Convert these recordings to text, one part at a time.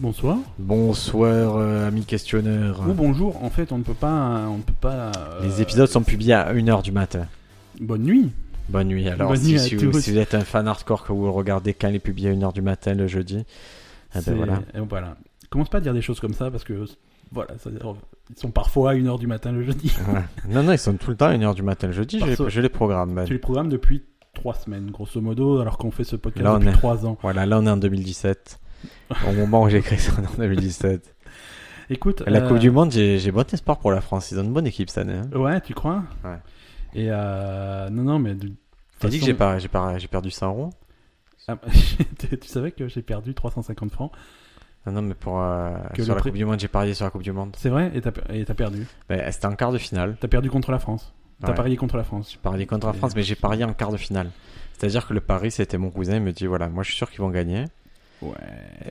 Bonsoir. Bonsoir, euh, amis questionneurs. Ou bonjour, en fait, on ne peut pas. On ne peut pas euh, Les épisodes sont publiés à 1h du matin. Bonne nuit. Bonne nuit. Alors, Bonne si, nuit à si vous, tous. si vous êtes un fan hardcore que vous regardez quand il est publié à 1h du matin le jeudi, eh C'est- ben voilà. et voilà. Commence pas à dire des choses comme ça parce que. Voilà, ça- oh, ils sont parfois à 1h du matin le jeudi. Ouais. non, non, ils sont tout le temps à 1h du matin le jeudi, je, Perso- les- je les programme. ben. Tu les programmes depuis 3 semaines, grosso modo, alors qu'on fait ce podcast Là, on depuis est- 3 ans. Voilà, là on est en 2017. Au moment où j'ai créé ça, on est en 2017. Écoute. À La euh, Coupe du Monde, j'ai j'ai bon espoir pour la France. Ils ont une bonne équipe cette année. hein. Ouais, tu crois Ouais. Et euh, non, non, mais. de- T'as dit que façon- j'ai pas- j'ai pas- j'ai perdu 100 euros Ah, tu tu savais que j'ai perdu 350 francs. Non, non, mais pour, euh, Que sur le la prix- Coupe du Monde, j'ai parié sur la Coupe du Monde. C'est vrai Et t'as per- et t'as perdu. Ben, C'était en quart de finale. T'as perdu contre la France. T'as Ouais. parié contre la France. J'ai parié contre la France, mais j'ai parié en quart de finale. C'est-à-dire que le pari, c'était mon cousin, il me dit voilà, moi je suis sûr qu'ils vont gagner. Ouais.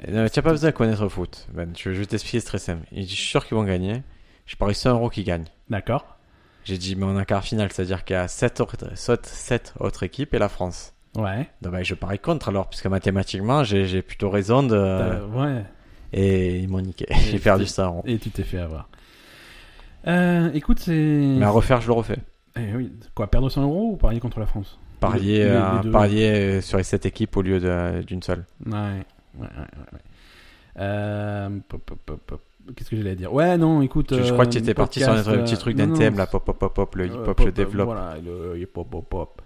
Euh, Non, mais tu n'as pas besoin de connaître le foot, Ben. Je, je vais t'expliquer, c'est très simple. Il dit je suis sûr qu'ils vont gagner. Je parie 100 euros qu'ils gagnent. D'accord. J'ai dit mais on est en quart de finale, c'est-à-dire qu'il y a 7 autres, 7 autres équipes et la France. Ouais. Donc ben, je parie contre alors, puisque mathématiquement, j'ai j'ai plutôt raison de. T'as- Ouais. Et ils m'ont niqué. J'ai perdu 100 euros. Et tu t'es fait avoir. Euh, écoute, c'est. Mais à refaire, je le refais. Eh oui. Quoi, perdre 100 euros ou parier contre la France Parier, Les- les euh, deux. parier, euh, sur les 7 équipes au lieu de- d'une seule. Ouais. Ouais, ouais, ouais. ouais. Euh, pop, pop, pop, pop. Qu'est-ce que j'allais dire Ouais, non, écoute. euh, Je- je crois que tu étais parti sur un un petit truc d'un thème, là, pop, pop, pop, pop, le Euh, hip-hop, pop, je développe. Voilà, le hip hop, pop, pop.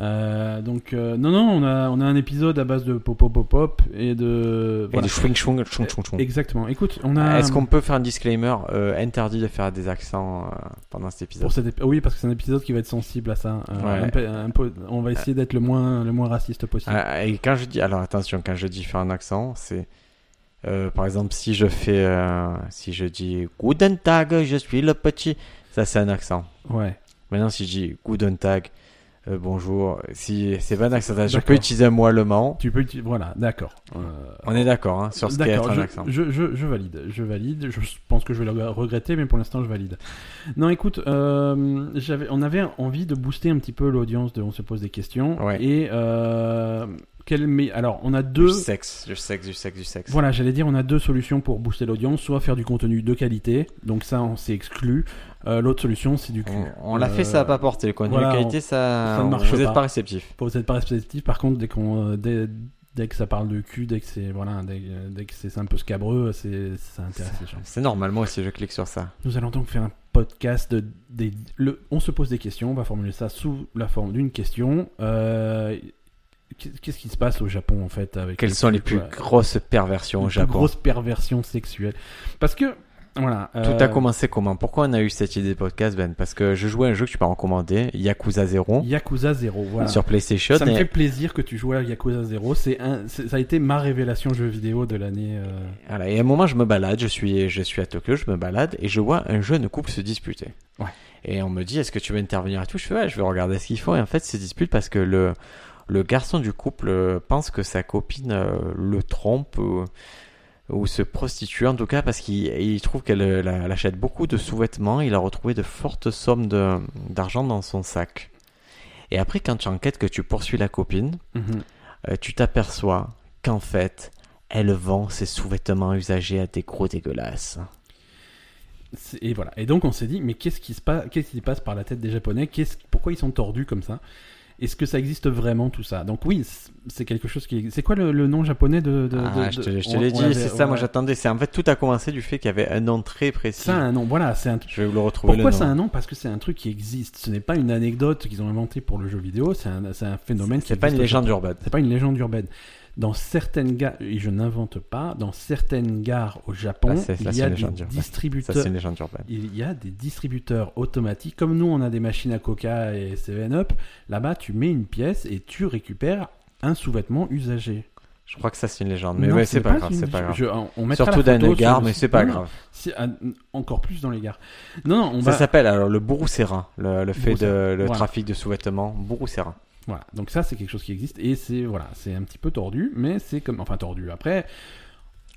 Euh, donc, euh, non, non, on a, on a un épisode à base de pop, pop, pop, pop et de. Et voilà. des chouing, chouing, chouing, chouing, chouing. Exactement. Écoute, on a. Est-ce qu'on peut faire un disclaimer euh, interdit de faire des accents euh, pendant cet épisode Pour cet épi- Oui, parce que c'est un épisode qui va être sensible à ça. Euh, Ouais. un peu- un peu- on va essayer d'être le moins, le moins raciste possible. Ah, Et quand je dis, alors attention, quand je dis faire un accent, c'est euh, par exemple si je fais, euh, si je dis Guten Tag, je suis le petit, ça c'est un accent. Ouais. Maintenant, si je dis Guten Tag, euh, bonjour, si c'est pas un accent, je D'accord. peux utiliser un mot allemand. Tu peux utiliser. Voilà, d'accord. Euh, On est d'accord hein, sur ce qu'est D'accord, être un je, accent. je, je- je valide, je valide. Je pense que je vais le regretter, mais pour l'instant, je valide. Non, écoute, euh, j'avais, on avait envie de booster un petit peu l'audience de On se pose des questions. Ouais. Et euh, quel, mais alors, on a deux. Du sexe, du sexe, du sexe, du sexe. Voilà, j'allais dire, on a deux solutions pour booster l'audience. Soit faire du contenu de qualité, donc ça, on s'est exclu. Euh, L'autre solution, c'est du cul. On, on l'a fait, Euh, ça n'a pas porté. Le contenu voilà, de qualité, ça, ça ne on- marche vous n'êtes pas. pas réceptif. Faut être pas respectif. Par contre, dès qu'on, euh, dès, dès que ça parle de cul, dès que c'est voilà, dès, dès que c'est un peu scabreux, c'est ça intéresse les gens. C'est normal, moi aussi, je clique sur ça. Nous allons donc faire un podcast de, des- le, on se pose des questions, on va formuler ça sous la forme d'une question. Euh, qu'est- Qu'est-ce qui se passe au Japon en fait avec Quelles le sont cul, les plus quoi grosses perversions Les au plus Japon grosses perversions sexuelles Parce que voilà, euh, Tout a commencé comment Pourquoi on a eu cette idée de podcast, Ben Parce que je jouais à un jeu que tu m'as recommandé, Yakuza 0, Yakuza 0, voilà. sur PlayStation. ça me et- fait plaisir que tu joues à Yakuza 0, c'est un, c'est- ça a été ma révélation jeu vidéo de l'année. euh, Voilà, et à un moment, je me balade, je suis, je suis à Tokyo, je me balade et je vois un jeune couple se disputer. Ouais. Et on me dit, est-ce que tu veux intervenir et tout Je fais, ouais, je vais regarder ce qu'ils font. Et en fait, ils se disputent parce que le, le garçon du couple euh, pense que sa copine euh, le trompe ou, ou se prostitue, en tout cas, parce qu'il il trouve qu'elle euh, la- elle achète beaucoup de sous-vêtements. Il a retrouvé de fortes sommes de- d'argent dans son sac. Et après, quand tu enquêtes, que tu poursuis la copine, mhm. euh, tu t'aperçois qu'en fait, elle vend ses sous-vêtements usagés à des gros dégueulasses. C'est- Et voilà. Et donc on s'est dit, mais qu'est-ce qui se passe, qu'est-ce qui passe par la tête des Japonais Qu'est-ce- Pourquoi ils sont tordus comme ça Est-ce que ça existe vraiment tout ça Donc oui, c'est- c'est quelque chose qui. C'est quoi le, le nom japonais de, de- Ah, de- je de- te, je te on- l'ai on dit, l'avait- c'est ça, moi voilà. j'attendais. C'est en fait tout a commencé du fait qu'il y avait un nom très précis. Ça, un nom. Voilà, c'est un. Je vais vous le retrouver Pourquoi le nom. c'est un nom Parce que c'est un truc qui existe. Ce n'est pas une anecdote qu'ils ont inventée pour le jeu vidéo. C'est un, c'est un phénomène. qui C'est pas une existe légende urbaine. C'est pas une légende urbaine. Dans certaines gares, et je n'invente pas, dans certaines gares au Japon, Ah, c'est- ça, il c'est y a une des légende urbaine. Ça distributeurs. c'est une légende urbaine. il y a des distributeurs automatiques. Comme nous, on a des machines à Coca et 7-Up. Là-bas, tu mets une pièce et tu récupères un sous-vêtement usagé. Je crois que ça c'est une légende, mais Non, ouais, ce c'est n'est pas, grave, une- c'est pas grave. je- on- on mettra Surtout la dans photo les gares, sur le mais site. c'est pas Non, non, grave. si, ah, encore plus dans les gares. Non, non, on Ça va. s'appelle alors le Burusera, le, le fait de Burusera, le voilà. trafic de sous-vêtements Burusera. Voilà. Donc ça, c'est quelque chose qui existe et c'est voilà, c'est un petit peu tordu, mais c'est comme enfin tordu. Après,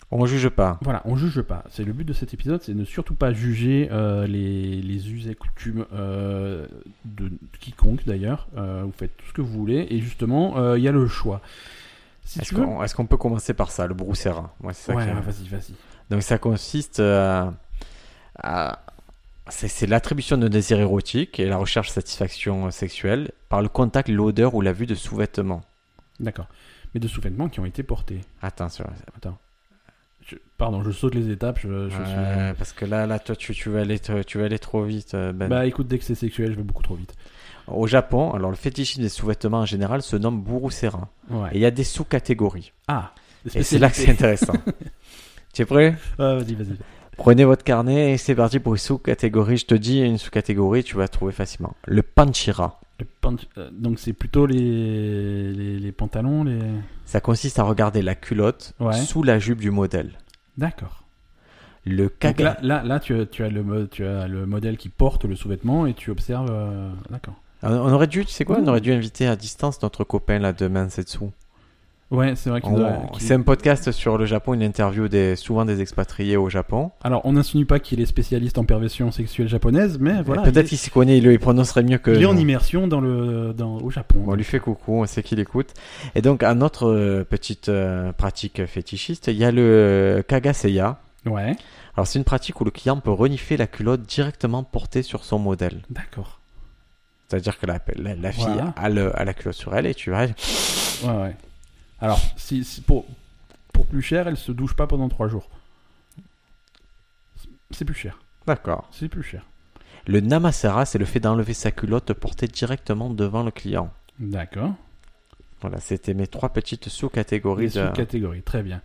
On juge pas. voilà, on juge pas. C'est le but de cet épisode, c'est ne surtout pas juger euh, les, les us et coutumes euh, de quiconque d'ailleurs. Euh, vous faites tout ce que vous voulez et justement, euh, il y a le choix. Si Est-ce tu veux. qu'on est-ce qu'on peut commencer par ça, le broussera Moi, c'est ça Ouais, qui- ouais, vas-y, vas-y. Donc ça consiste euh, à... C'est c'est l'attribution d'un désir érotique et la recherche de satisfaction euh, sexuelle par le contact, l'odeur ou la vue de sous-vêtements. D'accord. Mais de sous-vêtements qui ont été portés. Attends, sur- Je- Pardon, je saute les étapes. Je, je suis- Ouais, parce que là, là, toi, tu, tu vas aller, te- tu vas aller trop vite. euh, Ben. Bah écoute, dès que c'est sexuel, je vais beaucoup trop vite. Au Japon, alors le fétichisme des sous-vêtements en général se nomme burusera. Ouais. Et il y a des sous-catégories. Ah. Et c'est là que c'est intéressant. tu es prêt Ah, vas-y, vas-y. Prenez votre carnet et c'est parti pour une sous-catégorie. Je te dis une sous-catégorie, tu vas la trouver facilement. Le panchira. Le pant- euh, Donc c'est plutôt les... les les pantalons, les. Ça consiste à regarder la culotte Ouais. sous la jupe du modèle. D'accord. Le Donc kaga. là, là, là, tu as, tu as le mo- tu as le modèle qui porte le sous-vêtement et tu observes. euh, D'accord. On on aurait dû, tu sais quoi, on Ouh. aurait dû inviter à distance notre copain là de Mansetsu. Ouais, c'est vrai qu'il. On- doit- qu'il- Oh, C'est un podcast sur le Japon, une interview des, souvent des expatriés au Japon. Alors, on n'insinue pas qu'il est spécialiste en perversion sexuelle japonaise, mais voilà. Et Eh, Peut-être il est- qu'il s'y connaît, il, le- il prononcerait mieux que. il est en nous. immersion dans le dans au Japon. On lui fait coucou, on sait qu'il écoute. Et donc, à notre euh, petite euh, pratique fétichiste, il y a le euh, kagaseya. Ouais. Alors, c'est une pratique où le client peut renifler la culotte directement portée sur son modèle. D'accord. C'est-à-dire que la, la- la fille Voilà. a, le- a la culotte sur elle et tu vas. Ouais, ouais. Alors, si, si- pour pour plus cher, elle se douche pas pendant trois jours. C'est plus cher. D'accord. C'est plus cher. Le namasara, c'est le fait d'enlever sa culotte portée directement devant le client. D'accord. Voilà, c'était mes trois petites Les sous-catégories. de- sous-catégories, très bien.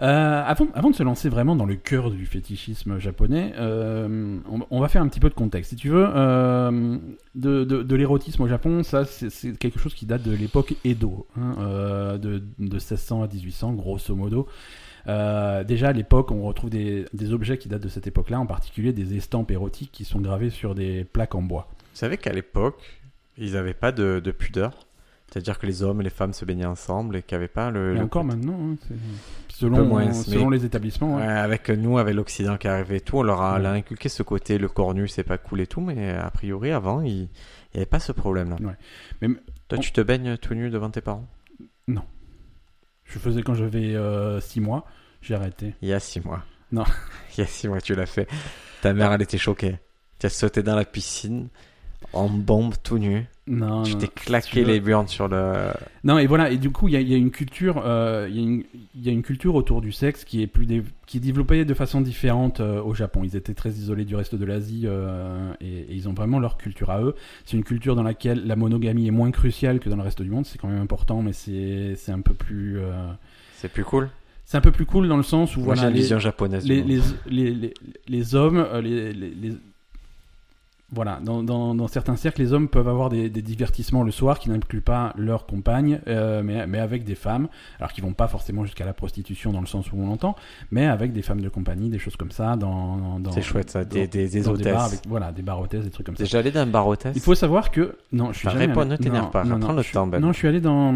Euh, avant, avant de se lancer vraiment dans le cœur du fétichisme japonais, euh, on, on va faire un petit peu de contexte. Si tu veux, euh, de, de- de l'érotisme au Japon, ça c'est- c'est quelque chose qui date de l'époque Edo, hein, euh, de, de 1600 à 1800 grosso modo. Euh, déjà à l'époque, on retrouve des, des objets qui datent de cette époque-là, en particulier des estampes érotiques qui sont gravées sur des plaques en bois. Vous savez qu'à l'époque, ils n'avaient pas de, de pudeur. C'est-à-dire que les hommes et les femmes se baignaient ensemble et qu'il n'y avait pas Euh, le. Et le- encore maintenant, hein, c'est- selon, euh, peu moins, selon les établissements. hein. Ouais, ouais. avec nous, avec l'Occident qui arrivait et tout, on leur a, Ouais. leur a inculqué ce côté, le cornu, c'est pas cool et tout, mais euh, a priori, avant, il n'y avait pas ce problème-là. Ouais. Mais m- Toi, on- tu te baignes tout nu devant tes parents Je faisais quand j'avais 6 mois, j'ai arrêté. Il y a six mois. Non. Il y a six mois, tu l'as fait. Ta mère, elle était choquée. Tu as sauté dans la piscine en bombe tout nu. Non, tu non. t'es tu claqué veux. les burnes sur le. Non, et voilà, et du coup, il y a, il y a une culture, euh, il y, a une- il y a une culture autour du sexe qui est plus dé- qui est développée de façon différente euh, au Japon. Ils étaient très isolés du reste de l'Asie euh, et, et ils ont vraiment leur culture à eux. C'est une culture dans laquelle la monogamie est moins cruciale que dans le reste du monde. C'est quand même important, mais c'est c'est un peu plus euh, C'est plus cool. c'est un peu plus cool dans le sens où Moi, j'ai voilà une les- vision japonaise. du les, monde. les, les, les, les hommes, euh, les, les, les- voilà, dans, dans, dans certains cercles, les hommes peuvent avoir des, des divertissements le soir qui n'incluent pas leur compagne, euh, mais, mais avec des femmes, alors qu'ils vont pas forcément jusqu'à la prostitution dans le sens où on l'entend, mais avec des femmes de compagnie, des choses comme ça, dans, dans- dans, C'est chouette, ça. Des, dans- des, des dans des bars hôtesses. avec- voilà, des bars hôtesses, des trucs comme ça. Déjà allé dans un bar hôtesse Il faut savoir que non, je suis Enfin, jamais réponds, allé- ne t'énerve non, pas, Non, non, prends le je suis- temps, Ben. Non, je suis allé dans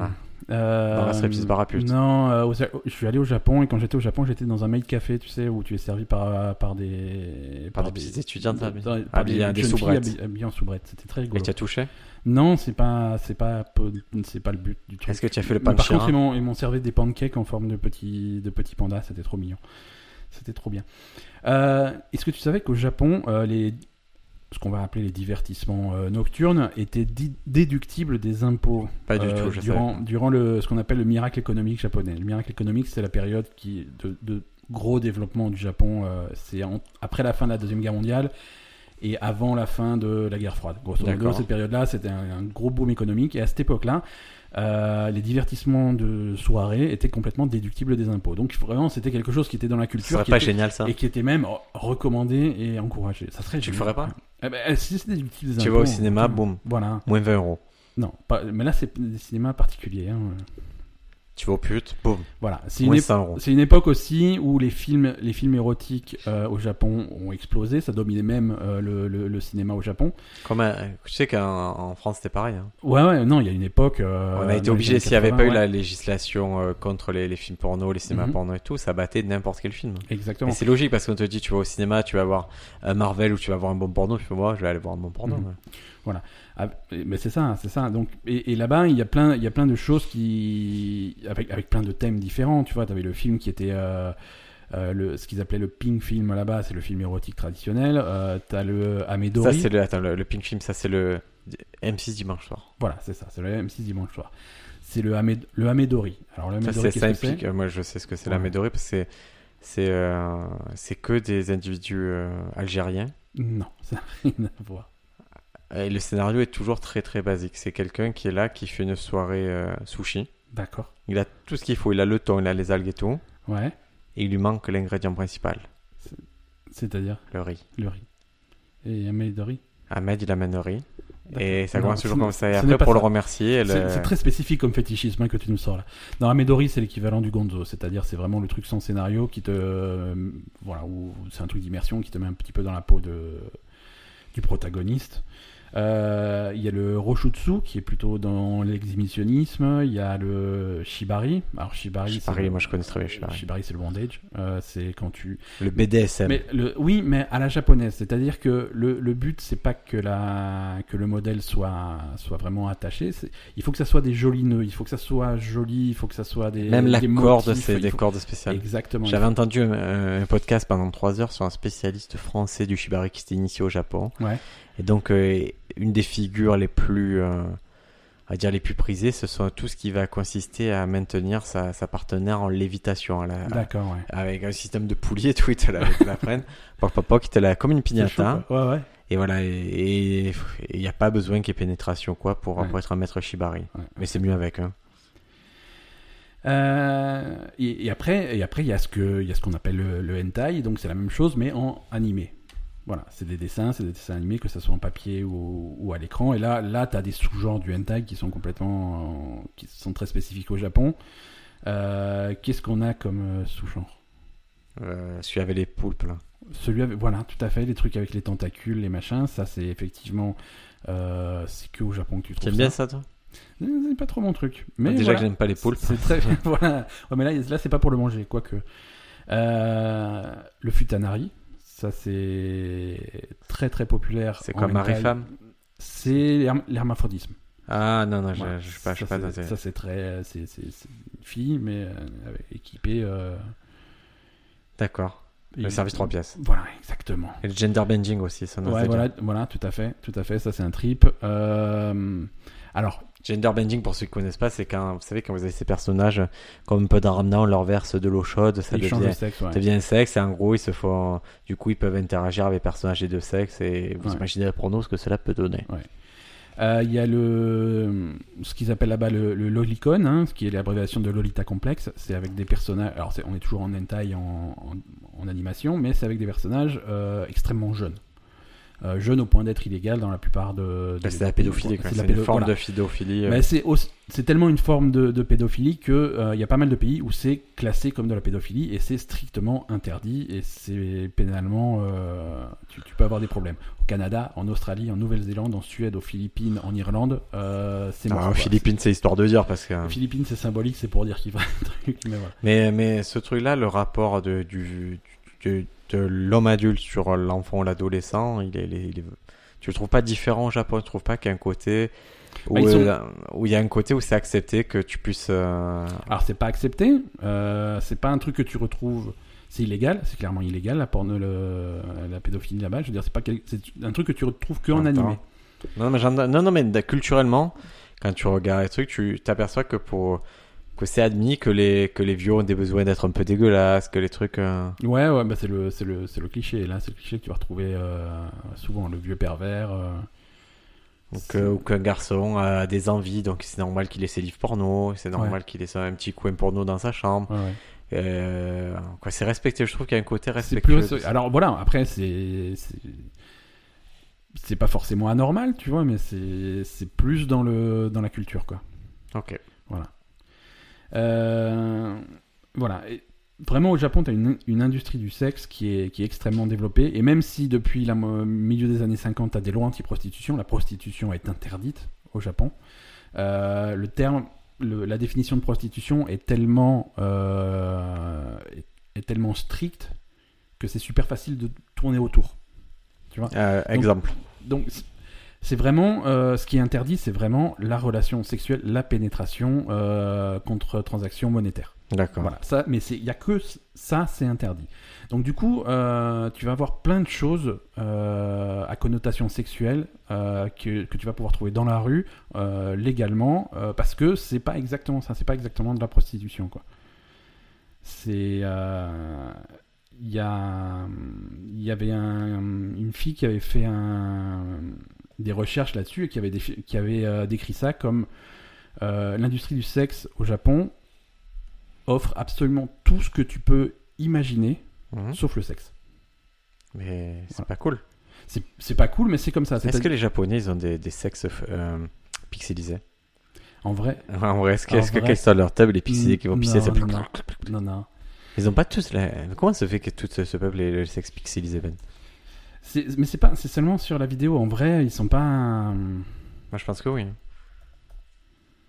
Ah. euh, Dans la striptease bar à pute. Non, euh, au- je suis allé au Japon et quand j'étais au Japon, j'étais dans un maid café, tu sais, où tu es servi par par des par des petits étudiants de dans- famille. dans- par Habillés à des jeunes filles soubrettes. habi- habillées en soubrette. C'était très Et rigolo. tu as touché Non, c'est pas c'est pas c'est pas le but du truc. Est-ce que tu as fait le Mais par panchira contre, ils m'ont, ils m'ont servi des pancakes en forme de petits, de petits pandas. C'était trop mignon. C'était trop bien. Euh, est-ce que tu savais qu'au Japon, euh, les, ce qu'on va appeler les divertissements euh, nocturnes étaient di- déductibles des impôts Pas du euh, tout, je durant, savais. durant le, ce qu'on appelle le miracle économique japonais. Le miracle économique, c'est la période qui, de, de gros développement du Japon. euh, c'est en- après la fin de la Deuxième Guerre mondiale et avant la fin de la guerre froide. Grosso modo, D'accord. cette période-là, c'était un, un gros boom économique. Et à cette époque-là, euh, les divertissements de soirée étaient complètement déductibles des impôts. Donc vraiment, c'était quelque chose qui était dans la Ce culture serait qui pas était- génial ça et qui était même oh, recommandé et encouragé. Ça serait Tu le génial. ferais pas Eh ben, si c'est déductible des Tu impôts, vas au cinéma, euh, boum, Voilà. moins 20 euros. Non, pas- mais là, c'est des cinémas particuliers. hein. Tu vas au pute, boum, Voilà. C'est une, moins ép- 100 euros. c'est une époque aussi où les films, les films érotiques euh, au Japon ont explosé. Ça dominait même euh, le, le- le cinéma au Japon. Comme un- tu sais qu'en en France c'était pareil. hein. Ouais, ouais, non, il y a une époque. euh, On dans a les été obligé, années s'il n'y avait 80, pas eu ouais. la législation euh, contre les, les films porno, les cinémas Mhm. porno et tout, ça battait n'importe quel film. Exactement. Et c'est logique parce qu'on te euh, dit tu vas au cinéma, tu vas voir un Marvel ou tu vas voir un bon porno, tu fais moi je vais aller voir un bon porno. Mhm. ouais. Ah, mais c'est ça, c'est ça. Donc, et, et là-bas, il y a plein, il y a plein de choses qui, avec, avec plein de thèmes différents. Tu vois, t'avais le film qui était euh, euh, le, ce qu'ils appelaient le pink film là-bas, c'est le film érotique traditionnel. Euh, t'as le Ça, Amédori. c'est le, attends, le, le Pink Film, ça, c'est le M6 dimanche soir. voilà, c'est ça, c'est le M6 dimanche soir. C'est le, Amed, le Amédori. Alors le Ça, Amédori, qu'est-ce c'est ça que c'est implique. euh, Moi, je sais ce que c'est Ouais. l'Amédoré parce que c'est- c'est euh, c'est que des individus euh, algériens. Non, ça n'a rien à voir. Et le scénario est toujours très très basique. C'est quelqu'un qui est là, qui fait une soirée euh, sushi. D'accord. Il a tout ce qu'il faut. Il a le thon, il a les algues et tout. Ouais. Et il lui manque l'ingrédient principal, C'est-à-dire le riz. le riz. Et Amédori. Ahmed, il amène le riz. Et D'accord. ça Non, commence toujours ce- comme ça. Et ce après, n'est pas pour le ça. remercier, elle, C'est euh, c'est très spécifique comme fétichisme hein, que tu nous sors là. Dans Amédori, c'est l'équivalent du Gonzo, c'est-à-dire c'est vraiment le truc sans scénario qui te. euh, voilà, ou c'est un truc d'immersion qui te met un petit peu dans la peau de, du protagoniste. Euh, Il y a le Roshutsu qui est plutôt dans l'exhibitionnisme. Il y a le Shibari. Alors Shibari, c'est Shibari, le- moi, je connais très bien Shibari. c'est le bondage. Euh, c'est quand tu le BDSM. mais le, oui, mais à la japonaise, c'est-à-dire que le, le but c'est pas que la que le modèle soit soit vraiment attaché. c'est- Il faut que ça soit des jolis nœuds, il faut que ça soit joli, il faut que ça soit des Même la des corde, motifs, c'est il des faut- cordes spéciales. Exactement. J'avais entendu euh, un, un podcast pendant 3 heures sur un spécialiste français du shibari qui s'était initié au Japon. Ouais. Et donc, euh, une des figures les plus, euh, à dire les plus prisées, ce sont tout ce qui va consister à maintenir sa, sa partenaire en lévitation, à la- D'accord. Ouais. avec un système de poulies et tout, il te la, il te la prennent. Pop, pop, pop, il te la comme une C'est chaud, piñata. quoi. ouais, ouais. Et voilà, et il n'y a pas besoin qu'il y ait pénétration, quoi, pour, Ouais. pour être un maître shibari. Ouais. Mais c'est mieux avec, hein. Euh, et, et après, et après, il y a ce que, il y a ce qu'on appelle le, le hentai, donc c'est la même chose mais en animé. Voilà, c'est des dessins, c'est des dessins animés, que ce soit en papier ou, ou à l'écran. Et là, là, t'as des sous-genres du hentai qui sont complètement, qui sont très spécifiques au Japon. Euh, Qu'est-ce qu'on a comme euh, sous-genre Euh, celui avec les poulpes, là. Celui avec, voilà, tout à fait, les trucs avec les tentacules, les machins, ça c'est effectivement, euh, c'est que au Japon que tu trouves T'aimes ça. bien ça, toi C'est pas trop mon truc. Mais Déjà voilà. que j'aime pas les poulpes. C'est très voilà. Ouais, mais là, là c'est pas pour le manger, quoique. Euh, le futanari, ça c'est très très populaire. C'est en quoi, hentai. mari-femme C'est l'herm- l'hermaphrodisme. Ah non, non, je, Voilà. je suis pas, je suis ça, pas dans c'est- ces- ça, c'est très, euh, c'est c'est- c'est une fille mais euh, avec- équipée. euh, D'accord. Le et- service 3 pièces. Voilà, exactement. Et le gender bending aussi, ça nous Ouais, a dit. voilà, voilà, tout à fait, tout à fait. Ça c'est un trip. Euh, alors, Gender bending, pour ceux qui connaissent pas, c'est quand, vous savez, quand vous avez ces personnages, comme un peu dans Ramna, on leur verse de l'eau chaude, ça ils changent de devient, sexe. ouais. ça devient un sexe, et en gros, ils se font, du coup, ils peuvent interagir avec les personnages des deux sexes, et vous Ouais. imaginez pour nous ce que cela peut donner. Euh, Il y a le, ce qu'ils appellent là-bas le, le lolicon, hein, ce qui est l'abréviation de Lolita complexe. C'est avec des personnages. Alors, c'est- on est toujours en hentai en, en, en animation, mais c'est avec des personnages euh, extrêmement jeunes. Euh, jeunes au point d'être illégal dans la plupart de. Là, des- Bah, c'est la pédophilie, quoi. de C'est Bah, la une pédo- forme voilà. de pédophilie. euh. Mais c'est aussi- c'est tellement une forme de, de pédophilie que euh, il y a pas mal de pays où c'est classé comme de la pédophilie et c'est strictement interdit et c'est pénalement euh, tu, tu peux avoir des problèmes. Au Canada, en Australie, en Nouvelle-Zélande, en Suède, aux Philippines, en Irlande, euh, c'est mort. Ah, aux quoi. Philippines, c'est histoire de dire, parce que. C'est- Philippines, c'est symbolique, c'est pour dire qu'il va un truc, mais voilà. Mais, mais ce truc-là, le rapport de, du, du- de l'homme adulte sur l'enfant ou l'adolescent, il est, il est- il est- tu le trouves pas différent au Japon, tu trouves pas qu'il y a un côté où, Bah, ils sont- euh, où il y a un côté où c'est accepté que tu puisses. euh, Alors c'est pas accepté, euh, c'est pas un truc que tu retrouves. C'est illégal, c'est clairement illégal la porno, le- la pédophilie là-bas. Je veux dire, c'est pas quel- c'est un truc que tu retrouves que en Attends. animé. Non, mais j'entends- non, non, mais da- culturellement, quand tu regardes les trucs, tu t'aperçois que pour que c'est admis que les que les vieux ont des besoins d'être un peu dégueulasses, que les trucs. euh, Ouais, ouais, bah c'est le, c'est le, c'est le cliché. Là, c'est le cliché que tu vas retrouver euh, souvent, le vieux pervers. euh. Ou C'est- que- ou qu'un garçon a des envies, donc c'est normal qu'il ait ses livres porno, c'est normal qu'il ait un petit coin porno dans sa chambre. Ouais, ouais. Euh, quoi, c'est respecté. Je trouve qu'il y a un côté C'est respectueux. plus. Alors voilà, après, c'est. c'est- C'est pas forcément anormal, tu vois, mais c'est c'est plus dans, le, dans la culture, quoi. Ah. Ok. Euh, voilà. Et vraiment, au Japon, tu as une, une industrie du sexe qui est, qui est extrêmement développée. Et même si depuis le milieu des années 50, tu as des lois anti-prostitution, la prostitution est interdite au Japon. Euh, le terme, le- la définition de prostitution est tellement, euh, est, est tellement stricte que c'est super facile de tourner autour. Euh, exemple. Donc, c- C'est vraiment euh, ce qui est interdit, c'est vraiment la relation sexuelle, la pénétration euh, contre transaction monétaire. D'accord. Voilà, ça, mais il n'y a que c- ça, c'est interdit. Donc du coup, euh, tu vas avoir plein de choses euh, à connotation sexuelle euh, que, que tu vas pouvoir trouver dans la rue euh, légalement, euh, parce que c'est pas exactement ça, c'est pas exactement de la prostitution, quoi. C'est... euh, Il y, a, il y avait un- une fille qui avait fait un, des recherches là-dessus et qui avait, défi- qui avait euh, décrit ça comme euh, l'industrie du sexe au Japon offre absolument tout ce que tu peux imaginer, Mhm. sauf le sexe. Mais c'est Voilà. pas cool. C'est c'est pas cool, mais c'est comme ça. C'est Est-ce que les Japonais, ils ont des, des sexes euh, pixelisés En vrai, En vrai, est-ce que, En est-ce que vrai. Mm. quand ils sortent leur table, les pixelisés qui vont pisser, Non, ça... non, non. non, non. Ils ont pas tous la... Comment ça se fait que tout ce, ce peuple ait le sexe pixelisé, Ben C'est- Mais c'est pas, c'est seulement sur la vidéo. En vrai, ils sont pas. euh, Moi, je pense que oui.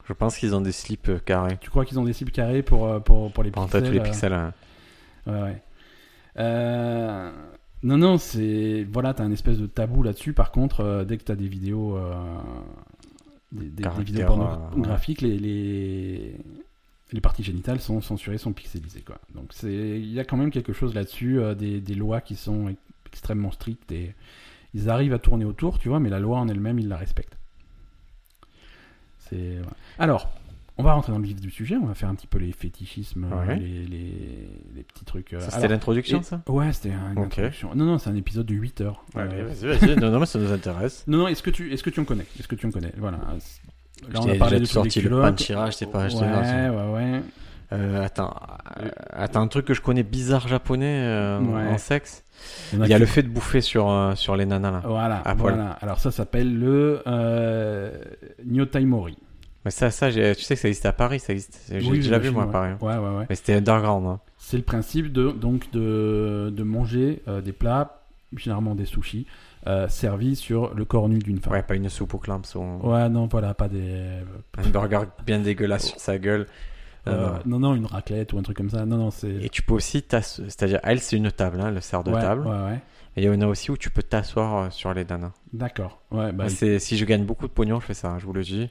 Je pense qu'ils ont des slips euh, carrés. Tu crois qu'ils ont des cibles carrées pour euh, pour, pour les En pixels tête, les euh, pixels. hein. Ouais, ouais. Euh, Non, non, c'est. Voilà, t'as un espèce de tabou là-dessus. Par contre, euh, dès que t'as des vidéos. euh, Des, des- des Caractère, vidéos euh, ouais. pornographiques, les, les, les parties génitales sont censurées, sont pixelisées. Quoi. Donc c'est- il y a quand même quelque chose là-dessus, euh, des, des lois qui sont extrêmement strictes et ils arrivent à tourner autour, tu vois, mais la loi en elle-même, ils la respectent. C'est. voilà. Alors, on va rentrer dans le vif du sujet, on va faire un petit peu les fétichismes, euh, Ouais. les, les, les petits trucs. euh, Ça, alors- c'était l'introduction, ça Ouais, c'était une Ok. introduction. Non, non, c'est un épisode de 8 heures. Euh, vas-y, vas-y. non, non, mais ça nous intéresse. Non, non, est-ce que, tu... est que tu en connais Est-ce que tu en connais Voilà. euh, Là, Je on t'ai a parlé déjà de sorti le pain de tirage, t'es pas acheté. Ouais, non, c'est- ouais, ouais. Euh, attends, euh, attends, un truc que je connais bizarre japonais euh, Ouais. en sexe. en Il y a qui- le fait de bouffer sur, euh, sur les nanas là. Voilà, à poil. voilà. Alors ça s'appelle le euh, Nyotaimori. Mais ça, ça j'ai- tu sais que ça existe à Paris, ça existe. J'ai Oui, déjà vu j'imagine, moi à ouais. Paris. Ouais, ouais, ouais. Mais c'était underground. Hein. C'est le principe de, donc de, de manger euh, des plats, généralement des sushis, euh, servis sur le corps nu d'une femme. Ouais, pas une soupe aux clams ou Ouais. non, voilà, pas des... un burger bien dégueulasse Oh. sur sa gueule. euh, Euh, non. non, une raclette ou un truc comme ça. Non, non, c'est... Et tu peux aussi t'asseoir. C'est-à-dire, elle, c'est une table, hein, le serre de ouais, table. Ouais, ouais. Et il y en a aussi où tu peux t'asseoir euh, sur les nanas. D'accord. Ouais, bah, Moi, c'est- si je gagne beaucoup de pognon, je fais ça, hein, je vous le dis.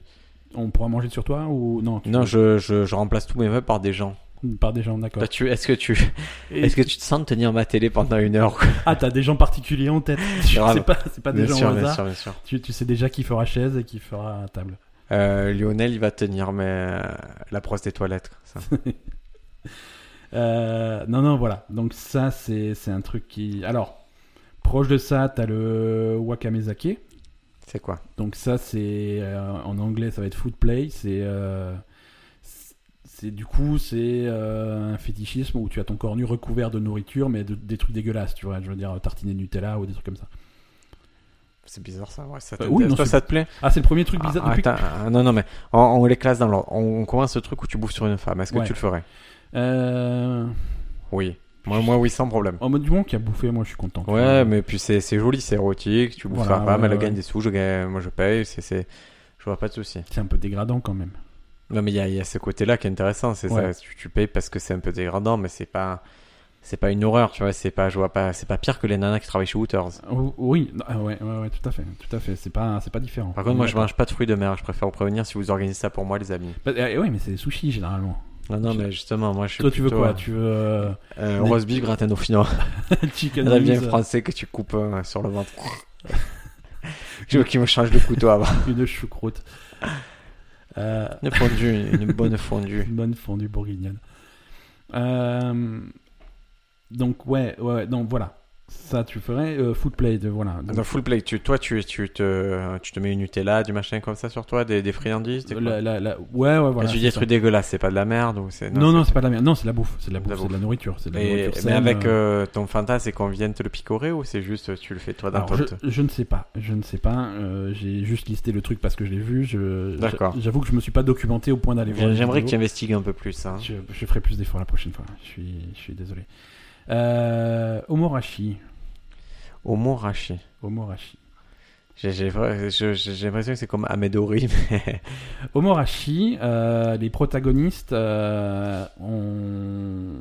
on pourra manger sur toi ou... Non, tu- Non, je, je, je remplace tous mes meubles par des gens. par des gens, d'accord. Toi, tu, est-ce que tu, est-ce que tu te sens de tenir ma télé pendant une heure quoi Ah, t'as des gens particuliers en tête. c'est Grave. pas, c'est pas des Bien gens sûr, au bien hasard. sûr, bien sûr. Tu, tu sais déjà qui fera chaise et qui fera table. Euh, Lionel, il va tenir mais, euh, la brosse des toilettes. quoi, ça. Euh, non, non, voilà. Donc ça, c'est c'est un truc qui... Alors, proche de ça, t'as le wakamezake. C'est quoi Donc ça, c'est... euh, en anglais, ça va être food play. C'est... euh, c'est- c'est du coup, c'est euh, un fétichisme où tu as ton corps nu recouvert de nourriture, mais de- des trucs dégueulasses, tu vois. Je veux dire, tartiner de Nutella ou des trucs comme ça. C'est bizarre ça. Ouais, ça Euh, oui, non, toi, c'est- ça te plaît Ah, c'est le premier truc bizarre Ah, depuis que- attends, ah, Non, non, mais on, on les classe dans l'ordre. On, on commence ce truc où tu bouffes sur une femme. Est-ce que Ouais. tu le ferais Euh, Oui. Moi, moi, oui, sans problème. En mode du monde qui a bouffé, moi je suis content. tu Ouais, vois. mais puis c'est c'est joli, c'est érotique. Tu bouffes Voilà, la femme, ouais, elle ouais. gagne des sous, je gagne, moi je paye. C'est, c'est, je vois pas de souci. C'est un peu dégradant quand même. Non, mais il y a, il y a ce côté-là qui est intéressant. C'est Ouais. ça. Tu, tu payes parce que c'est un peu dégradant, mais c'est pas, c'est pas une horreur. Tu vois, c'est pas, je vois pas, c'est pas pire que les nanas qui travaillent chez Hooters. Oh, oui, non, ah ouais, ouais, ouais, tout à fait, tout à fait. C'est pas, c'est pas différent. Par contre, moi, je D'accord. mange pas de fruits de mer. Je préfère vous prévenir si vous organisez ça pour moi, les amis. Bah, euh, ouais, mais c'est des sushis généralement. Non, non, mais justement, moi, je suis Toi, tu veux plutôt, quoi Tu veux euh, euh, Des- roast beef gratin dauphinois. chicken Très bien wings, français que tu coupes euh, sur le ventre. je veux qu'il me change le couteau avant. euh, une choucroute, Euh, Une fondue, une bonne fondue. une bonne fondue bourguignonne. Euh, donc ouais, ouais, ouais, donc voilà. Ça, tu ferais euh, food plate, voilà. Donc, Dans full play, tu, toi, tu, tu, te, tu te mets une Nutella, du machin comme ça sur toi, des, des friandises. Des la- la- la- ouais, ouais, voilà. tu dis c'est des ça. trucs dégueulasses, c'est pas de la merde ou c'est. Non, non, c'est pas de la merde. Non, c'est de la bouffe, c'est de la De la bouffe, c'est de la nourriture, c'est de la Et- nourriture. mais saine, avec euh. euh, ton fantasme, c'est qu'on vienne te le picorer ou c'est juste euh, tu le fais toi dans Alors, ton. je, je ne sais pas, je ne sais pas. euh, j'ai juste listé le truc parce que je l'ai vu. Je, D'accord. J'avoue que je me suis pas documenté au point d'aller voir. les J'aimerais que tu vidéos. investigues un peu plus. Hein. Je, je ferai plus d'efforts la prochaine fois. Je suis, je suis désolé. Euh, Omorashi. Au mont Rachi. Omorashi. J'ai j'ai vra- je- j'ai- j'ai l'impression que c'est comme Amedori, mais Omorashi, euh, les protagonistes euh, ont,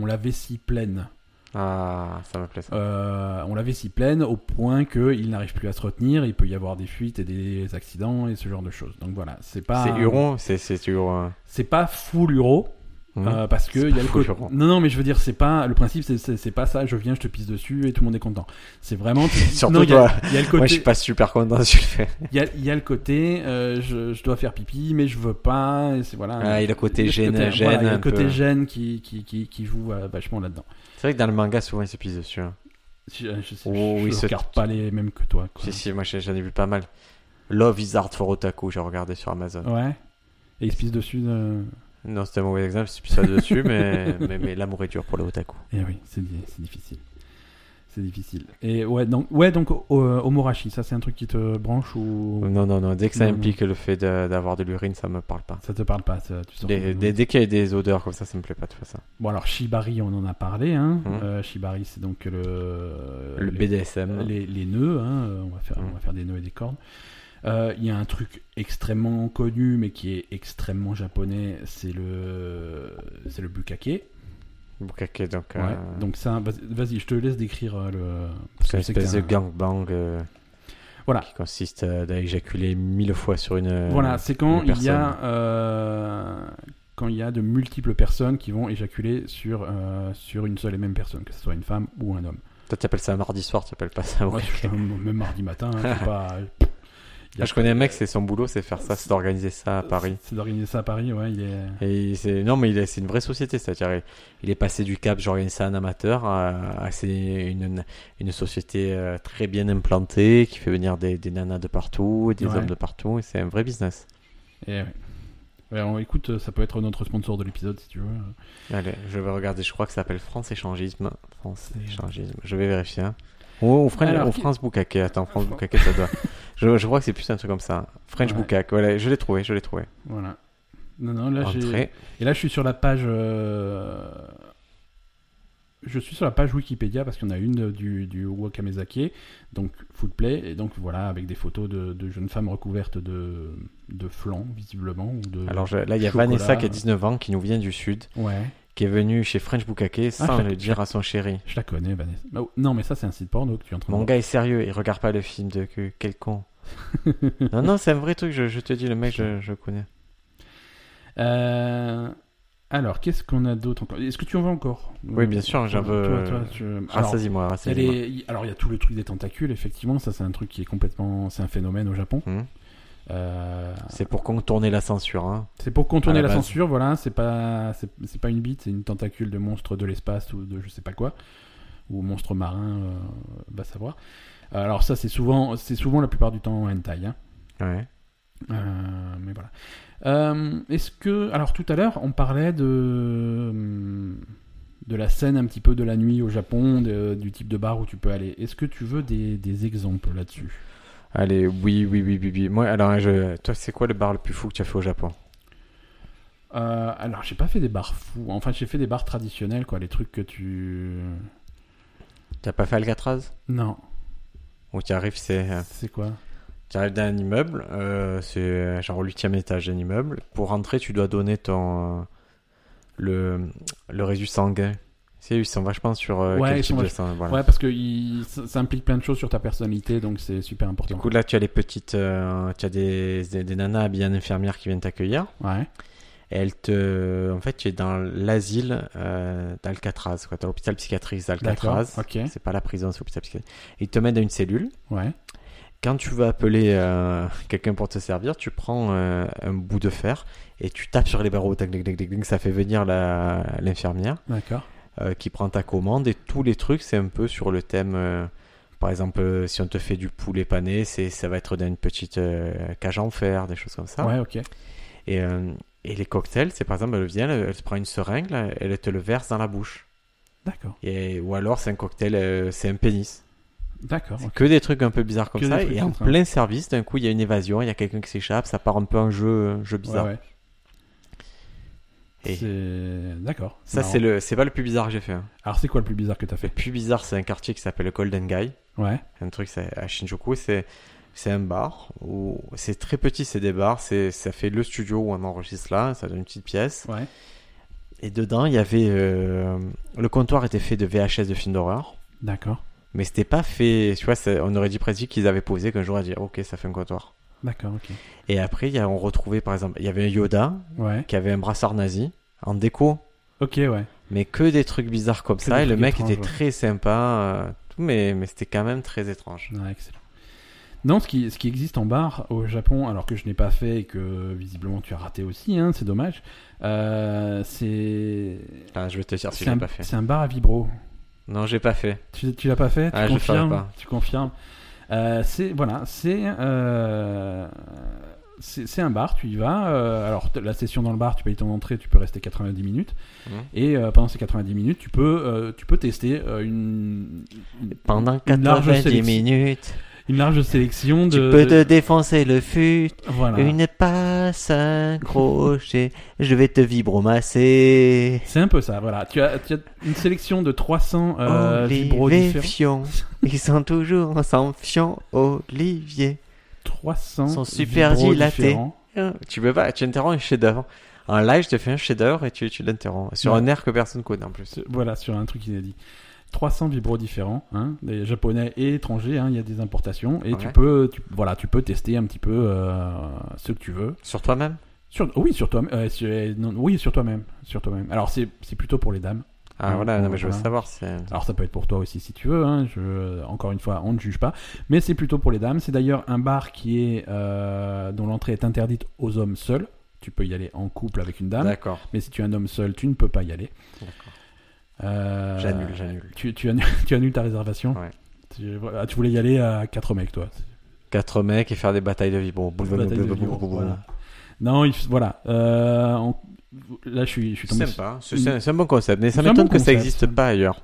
ont la vessie pleine. Ah, ça me plaît ça. Euh, on l'avait si pleine au point qu'il n'arrive plus à se retenir, il peut y avoir des fuites et des accidents et ce genre de choses. Donc voilà, c'est pas C'est Huron, c'est c'est Huron. hein. c'est pas full euro Mhm. parce que C'est il y pas a le full côté- euro. Non non, mais je veux dire c'est pas le principe c'est- c'est c'est pas ça, je viens, je te pisse dessus et tout le monde est content. C'est vraiment Surtout non, il y, toi. a- il y a le Moi, je suis côté pas super content si je le fais. il y a, il y a le côté euh, je, je dois faire pipi mais je veux pas et c'est voilà. Ah, il y a le côté ce gêne- côté- gêne voilà, il y a un le côté peu. gêne qui qui qui, qui joue euh, vachement là-dedans. C'est vrai que dans le manga, souvent, ils se pissent dessus. hein. Je, je, je- Oh, je oui, ce- regarde pas les mêmes que toi. quoi. Si, si, moi, j'ai- j'en ai vu pas mal. Love is Art for Otaku, j'ai regardé sur Amazon. Ouais. Et il se pisse dessus. euh, Non, c'était un mauvais exemple, je suis pas dessus, mais, mais, mais l'amour est dur pour le Otaku. Eh oui, c'est di- c'est difficile. C'est difficile. Et ouais, donc, ouais, donc o- o- Omorashi, ça c'est un truc qui te branche ou Non, non, non, dès que ça Non, non. implique le fait de- d'avoir de, l'urine, ça me parle pas. ça te parle pas ça, tu sors Dès, de- dès- dès qu'il y a des odeurs comme ça, ça me plaît pas de faire ça. Bon alors Shibari, on en a parlé. Hein. Mhm. Euh, Shibari, c'est donc le Le les- BDSM. Euh, les, les nœuds, hein, euh, on, va faire, Mhm. on va faire des nœuds et des cordes. Euh, Il y a un truc extrêmement connu, mais qui est extrêmement japonais, c'est le, c'est le bukake. Bukake, donc. Ouais. euh, Donc ça, vas- vas-y, je te laisse décrire euh, le. parce c'est une que je sais que espèce de t'as un- gangbang euh, Voilà. qui consiste à à éjaculer mille fois sur une. euh, Voilà, c'est quand une il y personne. a euh, quand il y a de multiples personnes qui vont éjaculer sur euh, sur une seule et même personne, que ce soit une femme ou un homme. Toi, t'appelles ça mardi soir, t'appelles pas ça Ouais, bukake. c'est un- même mardi matin, hein, c'est pas. Moi, Ah, je connais un mec, c'est son boulot, c'est faire ça, c'est d'organiser ça à Paris. C'est d'organiser ça à Paris, ouais. Il est... Et c'est non, mais il est- c'est une vraie société, c'est-à-dire il- il est passé du cap j'organise ça un amateur à, à- c'est une, une société euh, très bien implantée qui fait venir des, des nanas de partout, des Ouais. hommes de partout, et c'est un vrai business. et Eh ouais. Ouais, on- écoute, euh, ça peut être notre sponsor de l'épisode si tu veux. Allez, je vais regarder, je crois que ça s'appelle France Échangisme. France C'est- Échangisme, je vais vérifier. hein. Oh, on, fera- Alors, on qui- France Boucaque, attends, France Fran- Boucaque, ça doit. je, je crois que c'est plus un truc comme ça. French Ouais. Boucaque, voilà, je l'ai trouvé, je l'ai trouvé. Voilà. Non, non, là j'ai. Entrée. Et là, je suis sur la page. euh, Je suis sur la page Wikipédia parce qu'on a une de- du, du Wakamezake, donc Footplay, et donc voilà, avec des photos de, de jeunes femmes recouvertes de, de flancs, visiblement. Ou de... Alors je- là, il y a Mm. Chocolat. Vanessa qui a 19 ans, qui nous vient du Sud. Ouais, qui est venu chez French Bukake sans Ah, je la- le dire à son chéri. je la connais, Vanessa. Bah, non, mais ça, c'est un site porno que tu es en train Mon de. gars est sérieux, il regarde pas le film de que- quel con. non, non, c'est un vrai truc, je, je te dis, le mec, je, je connais. Euh, Alors, qu'est-ce qu'on a d'autre encore Est-ce que tu en veux encore Oui, bien sûr, euh, j'en veux. Toi, toi, tu- Alors, Rassasie-moi, il y a rassasie-moi. les- il- alors, il y a tout le truc des tentacules, effectivement, ça, c'est un truc qui est complètement. C'est un phénomène au Japon. Hmm. Euh, C'est pour contourner la censure. Hein. C'est pour contourner À la la, base. censure, voilà. C'est pas, c'est c'est pas une bite, c'est une tentacule de monstre de l'espace ou de je sais pas quoi, ou monstre marin, euh, va savoir. Alors ça, c'est souvent, c'est souvent la plupart du temps en hentai. hein. Ouais. Euh, mais voilà. Euh, Est-ce que, alors tout à l'heure, on parlait de hum, de la scène un petit peu de la nuit au Japon, de- du type de bar où tu peux aller. Est-ce que tu veux des, des exemples là-dessus Allez, oui, oui, oui, oui, oui. Moi, alors, hein, je... toi, c'est quoi le bar le plus fou que tu as fait au Japon Euh, alors, j'ai pas fait des bars fous. Enfin, j'ai fait des bars traditionnels, quoi, les trucs que tu. T'as pas fait Alcatraz Non. Où tu arrives, c'est. euh, C'est quoi Tu arrives dans un immeuble, euh, c'est euh, genre au huitième étage d'un immeuble. Pour rentrer, tu dois donner ton euh, le le résus sanguin. C'est ils sont vachement sur euh, Ouais, quel ils type sont de vach- sang. Voilà. Ouais, parce que il- ça, ça implique plein de choses sur ta personnalité, donc c'est super important. Du coup, là, tu as les petites, euh, tu as des, des, des nanas habillées en infirmière qui viennent t'accueillir. Ouais, Et elles te, en fait, tu es dans l'asile euh, d'Alcatraz, quoi. T'as l'hôpital psychiatrique d'accord. d'Alcatraz. Ok, C'est pas la prison, c'est l'hôpital psychiatrique. Ils te mettent dans une cellule. ouais. Quand tu vas appeler euh, quelqu'un pour te servir, tu prends euh, un bout de fer et tu tapes sur les barreaux. Tac, tac, tac, tac, tac, ça fait venir la- l'infirmière D'accord. euh, qui prend ta commande et tous les trucs, c'est un peu sur le thème. euh, par exemple, euh, si on te fait du poulet pané, c'est ça va être dans une petite euh, cage en fer, des choses comme ça. Ouais, ok. Et, euh, et les cocktails, c'est par exemple, elle vient, elle, elle se prend une seringue, là, elle te le verse dans la bouche. D'accord. Et, ou alors, c'est un cocktail, euh, c'est un pénis. D'accord. C'est ok. que des trucs un peu bizarres comme Que ça. des trucs Et en comme ça. plein service, d'un coup, il y a une évasion, il y a quelqu'un qui s'échappe, ça part un peu en jeu, un jeu Ouais, bizarre. ouais. Et C'est- D'accord. ça, marrant. c'est le, c'est pas le plus bizarre que j'ai fait. hein. Alors, c'est quoi le plus bizarre que t'as Le fait plus bizarre, c'est un quartier qui s'appelle le Golden Guy. Ouais, Un truc c'est à Shinjuku, c'est, c'est un bar où c'est très petit, c'est des bars, c'est, ça fait le studio où on enregistre là, ça donne une petite pièce. ouais. Et dedans, il y avait. euh, le comptoir était fait de VHS de films d'horreur. D'accord, Mais c'était pas fait. Tu vois, ça- on aurait dit presque qu'ils avaient posé qu'un jour, à dire Ok, ça fait un comptoir. d'accord, ok. Et après, il y a, on retrouvait, par exemple, il y avait un Yoda Ouais, qui avait un brassard nazi en déco. ok, ouais. Mais que des trucs bizarres comme Que ça. des Et le trucs mec étranges, était ouais. très sympa. euh, tout, mais mais c'était quand même très étrange. Ouais, excellent. Non, ce qui, ce qui existe en bar au Japon, alors que je n'ai pas fait et que visiblement tu as raté aussi, hein, c'est dommage, euh, c'est Ah, je vais te dire si c'est je l'ai un, pas fait. c'est un bar à vibro. Non, j'ai pas fait. Tu, tu l'as pas fait Tu Ah, je le ferai confirmes pas. Tu confirmes Euh, C'est voilà, c'est euh, c'est c'est un bar. Tu y vas. euh, alors t- la session dans le bar, tu payes ton entrée, tu peux rester 90 minutes. Mhm. Et euh, pendant ces 90 minutes, tu peux euh, tu peux tester euh, une, une- Pendant Une large 90 sélection. minutes, une large sélection de. tu peux te de- défoncer le fut. Voilà. Une passe, un crochet, je vais te vibromasser. C'est un peu ça. Voilà. Tu as, tu as une sélection de 300 euh, vibros Olivier différents. Fion, ils sont toujours sans fion, Olivier. 300 Sont super vibros dilatés. différents. Tu peux pas, tu interromps un chef-d'œuvre. En live, je te fais un chef-d'œuvre et tu, tu l'interromps. Sur Ouais. un air que personne connaît en plus. Ce- Voilà, sur un truc inédit. 300 vibros différents, hein, des japonais et étrangers, hein, il y a des importations, et tu, Ouais. peux, tu, voilà, tu peux tester un petit peu euh, ce que tu veux. Sur toi-même Sur, oui, sur toi-même. euh, sur- euh, non, oui, sur toi-même. Sur toi-même. Alors, c'est c'est plutôt pour les dames. Ah Ouais, voilà, ouais, non, mais je veux voilà. savoir. c'est- Alors, ça peut être pour toi aussi si tu veux. hein, je, encore une fois, on ne juge pas. Mais c'est plutôt pour les dames. C'est d'ailleurs un bar qui est, euh, dont l'entrée est interdite aux hommes seuls. Tu peux y aller en couple avec une dame, D'accord. mais si tu es un homme seul, tu ne peux pas y aller. D'accord. Euh, J'annule, j'annule. Tu, tu, annules, tu annules ta réservation Ouais. tu, voilà, tu voulais y aller à 4 mecs, toi. Quatre mecs et faire des batailles de vibro. Bataille de Lyon, voilà. Non, il f- voilà. euh, on- Là, je suis, je suis tombé. C'est sur- sympa, hein. c'est- c'est un- c'est un bon concept, mais ça C'est un m'étonne bon que ça concept, n'existe ça. pas ailleurs.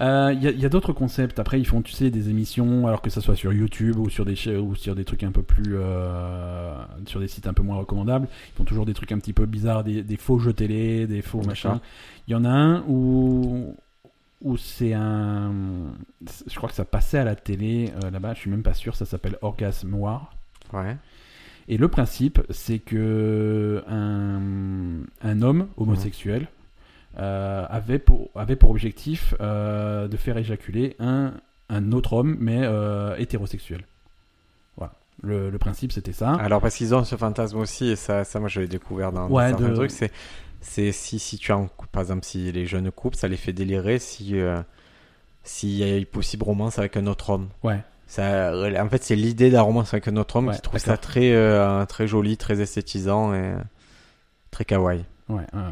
Euh, Il y a, il y a d'autres concepts. Après, ils font, tu sais, des émissions, alors que ça soit sur YouTube ou sur des cha- ou sur des trucs un peu plus, euh, sur des sites un peu moins recommandables. Ils font toujours des trucs un petit peu bizarres, des, des faux jeux télé, des faux D'accord. machins. Il y en a un où où c'est un, je crois que ça passait à la télé euh, là-bas. Je suis même pas sûr. Ça s'appelle Orgasme Noir. Ouais. Et le principe, c'est que un, un homme homosexuel euh, avait, pour, avait pour objectif euh, de faire éjaculer un, un autre homme, mais euh, hétérosexuel. Voilà. Le, le principe, c'était ça. Alors parce qu'ils ont ce fantasme aussi et ça, ça moi je l'ai découvert dans Ouais, certains de- trucs. C'est, c'est si si tu as un coup- par exemple si les jeunes couples, ça les fait délirer si euh, s'il y a une possible romance avec un autre homme. Ouais. Ça, euh, en fait, c'est l'idée d'un romance avec un autre homme Ouais, qui trouve ça d'accord. très euh, très joli, très esthétisant et très kawaii. Ouais, ouais, ouais.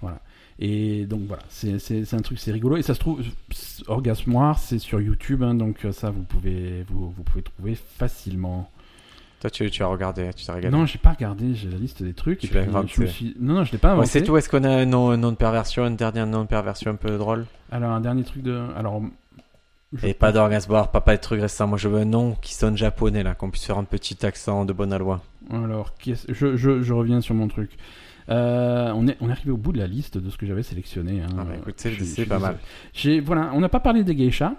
Voilà. Et donc voilà, c'est- c'est c'est un truc, c'est rigolo. Et ça se trouve, c'est- Orgasme Noir, c'est sur YouTube, hein, donc euh, ça, vous pouvez, vous, vous pouvez trouver facilement. Toi, tu, tu as regardé, tu t'es regardé. Non, j'ai pas regardé, j'ai la liste des trucs. Tu et puis, l'as je inventé. me suis- Non, non, je l'ai pas Ouais, inventé. c'est tout. Est-ce qu'on a un nom, un nom de perversion, un dernier nom de perversion un peu drôle? Alors, un dernier truc de. Alors. je- Et pas d'orgasme, boire, pas, pas de trucs récents. Moi, je veux un nom qui sonne japonais, là, qu'on puisse faire un petit accent de bonne aloi. Alors, qu'est-ce- je, je, je reviens sur mon truc. Euh, on, est, on est arrivé au bout de la liste de ce que j'avais sélectionné. hein. Ah bah écoute, c'est- Je suis- c'est je suis pas désolé. mal. J'ai- Voilà, on n'a pas parlé des geishas,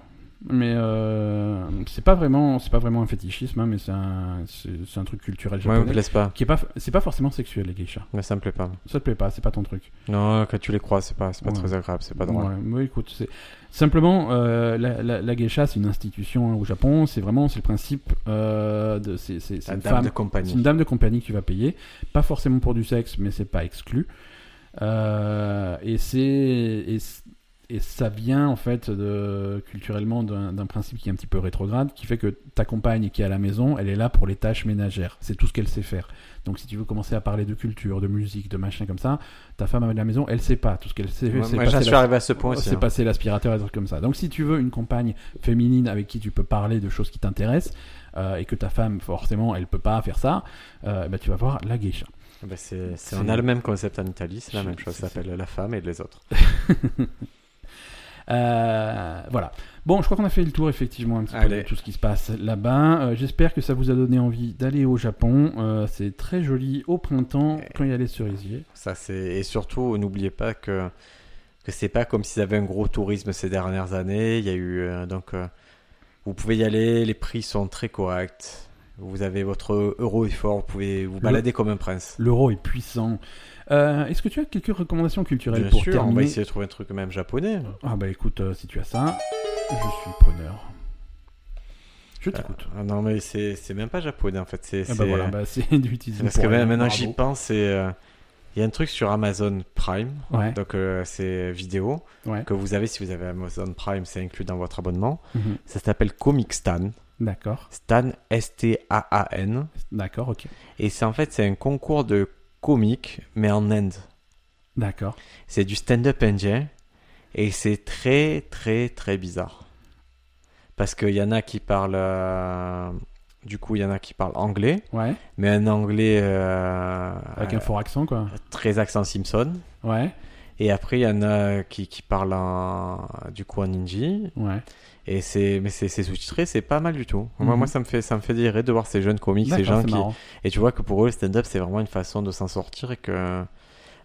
mais euh, c'est pas vraiment, c'est pas vraiment un fétichisme, hein, mais c'est un, c'est c'est un truc culturel Moi, japonais. ça me plaise pas. qui est pas, c'est pas forcément sexuel les geishas. Moi, ça me plaît pas. Ça te plaît pas, c'est pas ton truc. Non, quand tu les crois, c'est pas, c'est pas Ouais. très agréable, c'est pas drôle. Ouais, mais écoute, c'est simplement euh, la, la, la geisha, c'est une institution hein, au Japon. C'est vraiment, c'est le principe euh, de, c'est c'est- c'est La une dame femme de C'est compagnie. une dame de compagnie que tu vas payer, pas forcément pour du sexe, mais c'est pas exclu. Euh, et c'est et, c- et ça vient en fait de, culturellement d'un d'un principe qui est un petit peu rétrograde, qui fait que ta compagne qui est à la maison, elle est là pour les tâches ménagères. C'est tout ce qu'elle sait faire. Donc si tu veux commencer à parler de culture, de musique, de machin comme ça, ta femme à la maison, elle sait pas tout ce qu'elle sait. Moi, c'est moi, passer j'en la- Oh, suis arrivé à ce point aussi. c'est hein. passer l'aspirateur et des trucs comme ça. Donc si tu veux une compagne féminine avec qui tu peux parler de choses qui t'intéressent euh, et que ta femme forcément elle peut pas faire ça, euh, bah, tu vas voir la geisha. Bah, c'est, C'est- c'est- On a le même concept en Italie, c'est la Je- même chose. c'est- Ça s'appelle la femme et les autres. Euh, voilà. Bon, je crois qu'on a fait le tour effectivement un petit peu Allez. de tout ce qui se passe là-bas. Euh, J'espère que ça vous a donné envie d'aller au Japon. Euh, C'est très joli au printemps quand il y a les cerisiers. Ça, c'est... Et surtout, n'oubliez pas que... que c'est pas comme s'ils avaient un gros tourisme ces dernières années. Il y a eu. euh, donc, euh, vous pouvez y aller, les prix sont très corrects. Vous avez votre euro est fort, vous pouvez vous balader comme un prince. L'euro est puissant. Euh, Est-ce que tu as quelques recommandations culturelles Bien pour sûr, on va terminer essayer de trouver un truc même japonais. Ah bah écoute, euh, si tu as ça, je suis preneur. Je t'écoute. Ah non, mais c'est c'est même pas japonais en fait. C'est Ah bah c'est- voilà, bah, c'est du teasing Parce que pour rien, maintenant que bravo. j'y pense, c'est, euh, il y a un truc sur Amazon Prime, Ouais, donc euh, c'est vidéo, ouais. que vous avez si vous avez Amazon Prime, c'est inclus dans votre abonnement. Mhm. Ça s'appelle Comic Stan. D'accord, Stan, S-T-A-A-N. d'accord, ok. Et c'est en fait, c'est un concours de comiques, mais en Inde. D'accord. C'est du stand-up indien. Et c'est très, très, très bizarre. Parce qu'il y en a qui parlent. euh, Du coup, il y en a qui parlent anglais, Ouais, mais un anglais euh, avec un fort accent quoi. très accent Simpson. Ouais, Et après, il y en a qui, qui parlent en- du coup en hindi. ouais. Et c'est, mais c'est, c'est sous-titré, c'est pas mal du tout. Moi, Mhm. moi, ça me fait, ça me fait dire de voir ces jeunes comiques, ces D'accord, gens c'est qui. marrant. Et tu vois que pour eux, le stand-up, c'est vraiment une façon de s'en sortir et que.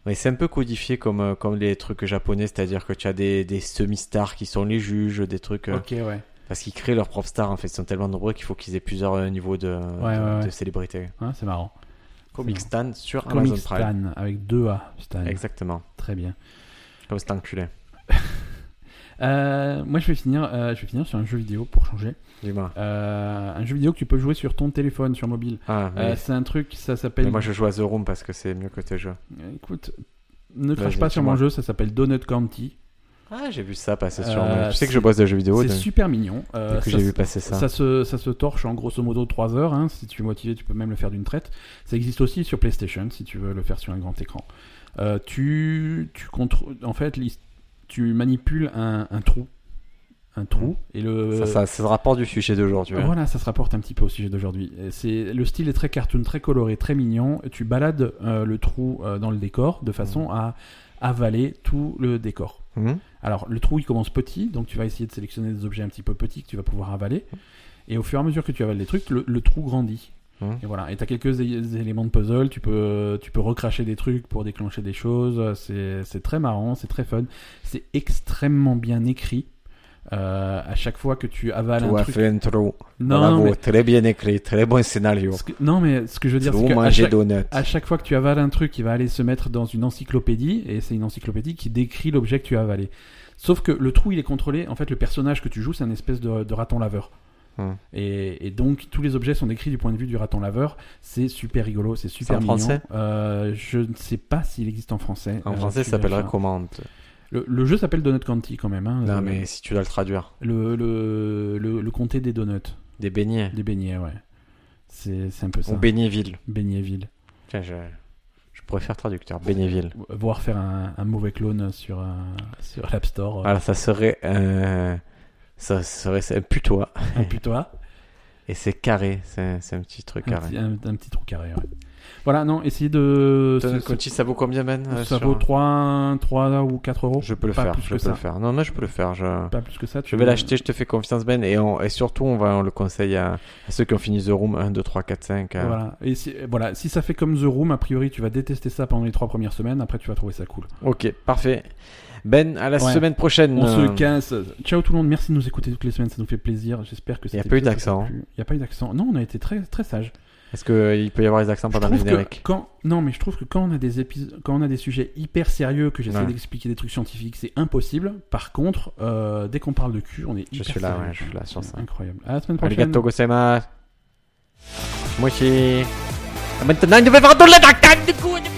Mais c'est un peu codifié comme, euh, comme les trucs japonais, c'est-à-dire que tu as des, des semi-stars qui sont les juges, des trucs. euh, Ok, ouais. Parce qu'ils créent leur propre star, en fait. Ils sont tellement nombreux qu'il faut qu'ils aient plusieurs euh, niveaux de, Ouais, de, ouais, ouais. de célébrité. Hein, c'est marrant. Comic Stan sur Comic Amazon Prime. Stan, avec deux A, Stan. Exactement. Très bien. Comme cet enculé. Euh, moi, je vais, finir, euh, je vais finir sur un jeu vidéo pour changer. Dis-moi. Euh, un jeu vidéo que tu peux jouer sur ton téléphone, sur mobile. Ah, oui. Euh, c'est un truc, ça Mais s'appelle. moi, je joue à The Room parce que c'est mieux que tes jeux. Écoute, ne crache Vas-y, pas sur dis-moi. mon jeu, ça s'appelle Donut County. Ah, j'ai vu ça passer sur. Euh, tu sais que c'est- je bosse de jeux vidéo. c'est donc, super mignon. Euh, dès que ça j'ai vu se- passer ça. Ça se, ça se torche en grosso modo 3 heures. hein. Si tu es motivé, tu peux même le faire d'une traite. Ça existe aussi sur PlayStation si tu veux le faire sur un grand écran. Euh, tu, tu contrôles. En fait, l'his- tu manipules un, un trou. Un trou. Et le. Mmh. Ça, ça, c'est le rapport du sujet d'aujourd'hui. hein. Voilà, ça se rapporte un petit peu au sujet d'aujourd'hui. Et C'est le style est très cartoon, très coloré, très mignon. Tu balades euh, le trou euh, dans le décor de façon Mmh. à avaler tout le décor. Mhm. Alors le trou il commence petit, donc tu vas essayer de sélectionner des objets un petit peu petits que tu vas pouvoir avaler. Et au fur et à mesure que tu avales des trucs, le, le trou grandit. Mhm. Et voilà. Et t'as quelques é- éléments de puzzle. Tu peux, tu peux recracher des trucs pour déclencher des choses. C'est c'est très marrant, c'est très fun. C'est extrêmement bien écrit. Euh, à chaque fois que tu avales Tu un as truc, fait un trou. non, Bravo, non, mais très bien écrit, très bon scénario. ce que- non, mais ce que je veux dire, c'est Vous qu'à mangez chaque, donuts. à chaque fois que tu avales un truc, il va aller se mettre dans une encyclopédie, et c'est une encyclopédie qui décrit l'objet que tu as avalé. Sauf que le trou, il est contrôlé. En fait, le personnage que tu joues, c'est un espèce de, de raton laveur. Hmm. Et, et donc, tous les objets sont décrits du point de vue du raton laveur. C'est super rigolo, c'est super en mignon. français Euh, Je ne sais pas s'il existe en français. En Euh, français, tu ça s'appellerait verras. comment Le, le jeu s'appelle Donut County quand même. hein. Non, Euh, mais si tu dois le traduire. le, le, le, le comté des donuts, Des beignets. des beignets, ouais. C'est c'est un peu ça. Ou beignetville. Beignetville. Tiens, je, je pourrais faire traducteur. Beignetville. voire faire un, un mauvais clone sur, un- sur l'App Store. Voilà, ça serait un. Ça serait un putois. Un putois, Et c'est carré. C'est c'est un petit truc un, carré. petit, un- un petit trou carré. ouais. Voilà, non, essayez de. Donut ce- ce- Conti, ça vaut combien, man euh, ça sur- vaut 3, 3 ou 4 euros. Je peux le Pas faire, plus je que peux ça. le faire. Non, non, je peux le faire. Je, Pas plus que ça. tu je vais peux- l'acheter, je te fais confiance, Ben. Et, on- et surtout, on, va, on le conseille à, à ceux qui ont fini The Room 1, 2, 3, 4, 5. euh. Voilà. Et si, voilà, si ça fait comme The Room, a priori, tu vas détester ça pendant les 3 premières semaines. Après, tu vas trouver ça cool. Ok, parfait. Ben, à la Ouais. semaine prochaine. On Euh, se casse. Ciao tout le monde. Merci de nous écouter toutes les semaines. Ça nous fait plaisir. J'espère que Y a cet pas eu épisode d'accent, vous a plu. Y a pas eu d'accent. Non, on a été très, très sages. Est-ce qu'il peut y avoir des accents Je pendant le trouve que générique quand non mais je trouve que quand on a des épisodes quand on a des sujets hyper sérieux que j'essaie Ouais. d'expliquer des trucs scientifiques c'est impossible par contre euh, dès qu'on parle de cul on est Je hyper suis là, sérieux. ouais, je suis là sur C'est ça. incroyable à la semaine prochaine Arigato gozaimasu. Moi aussi. Maintenant, je vais faire de la tactique du coup.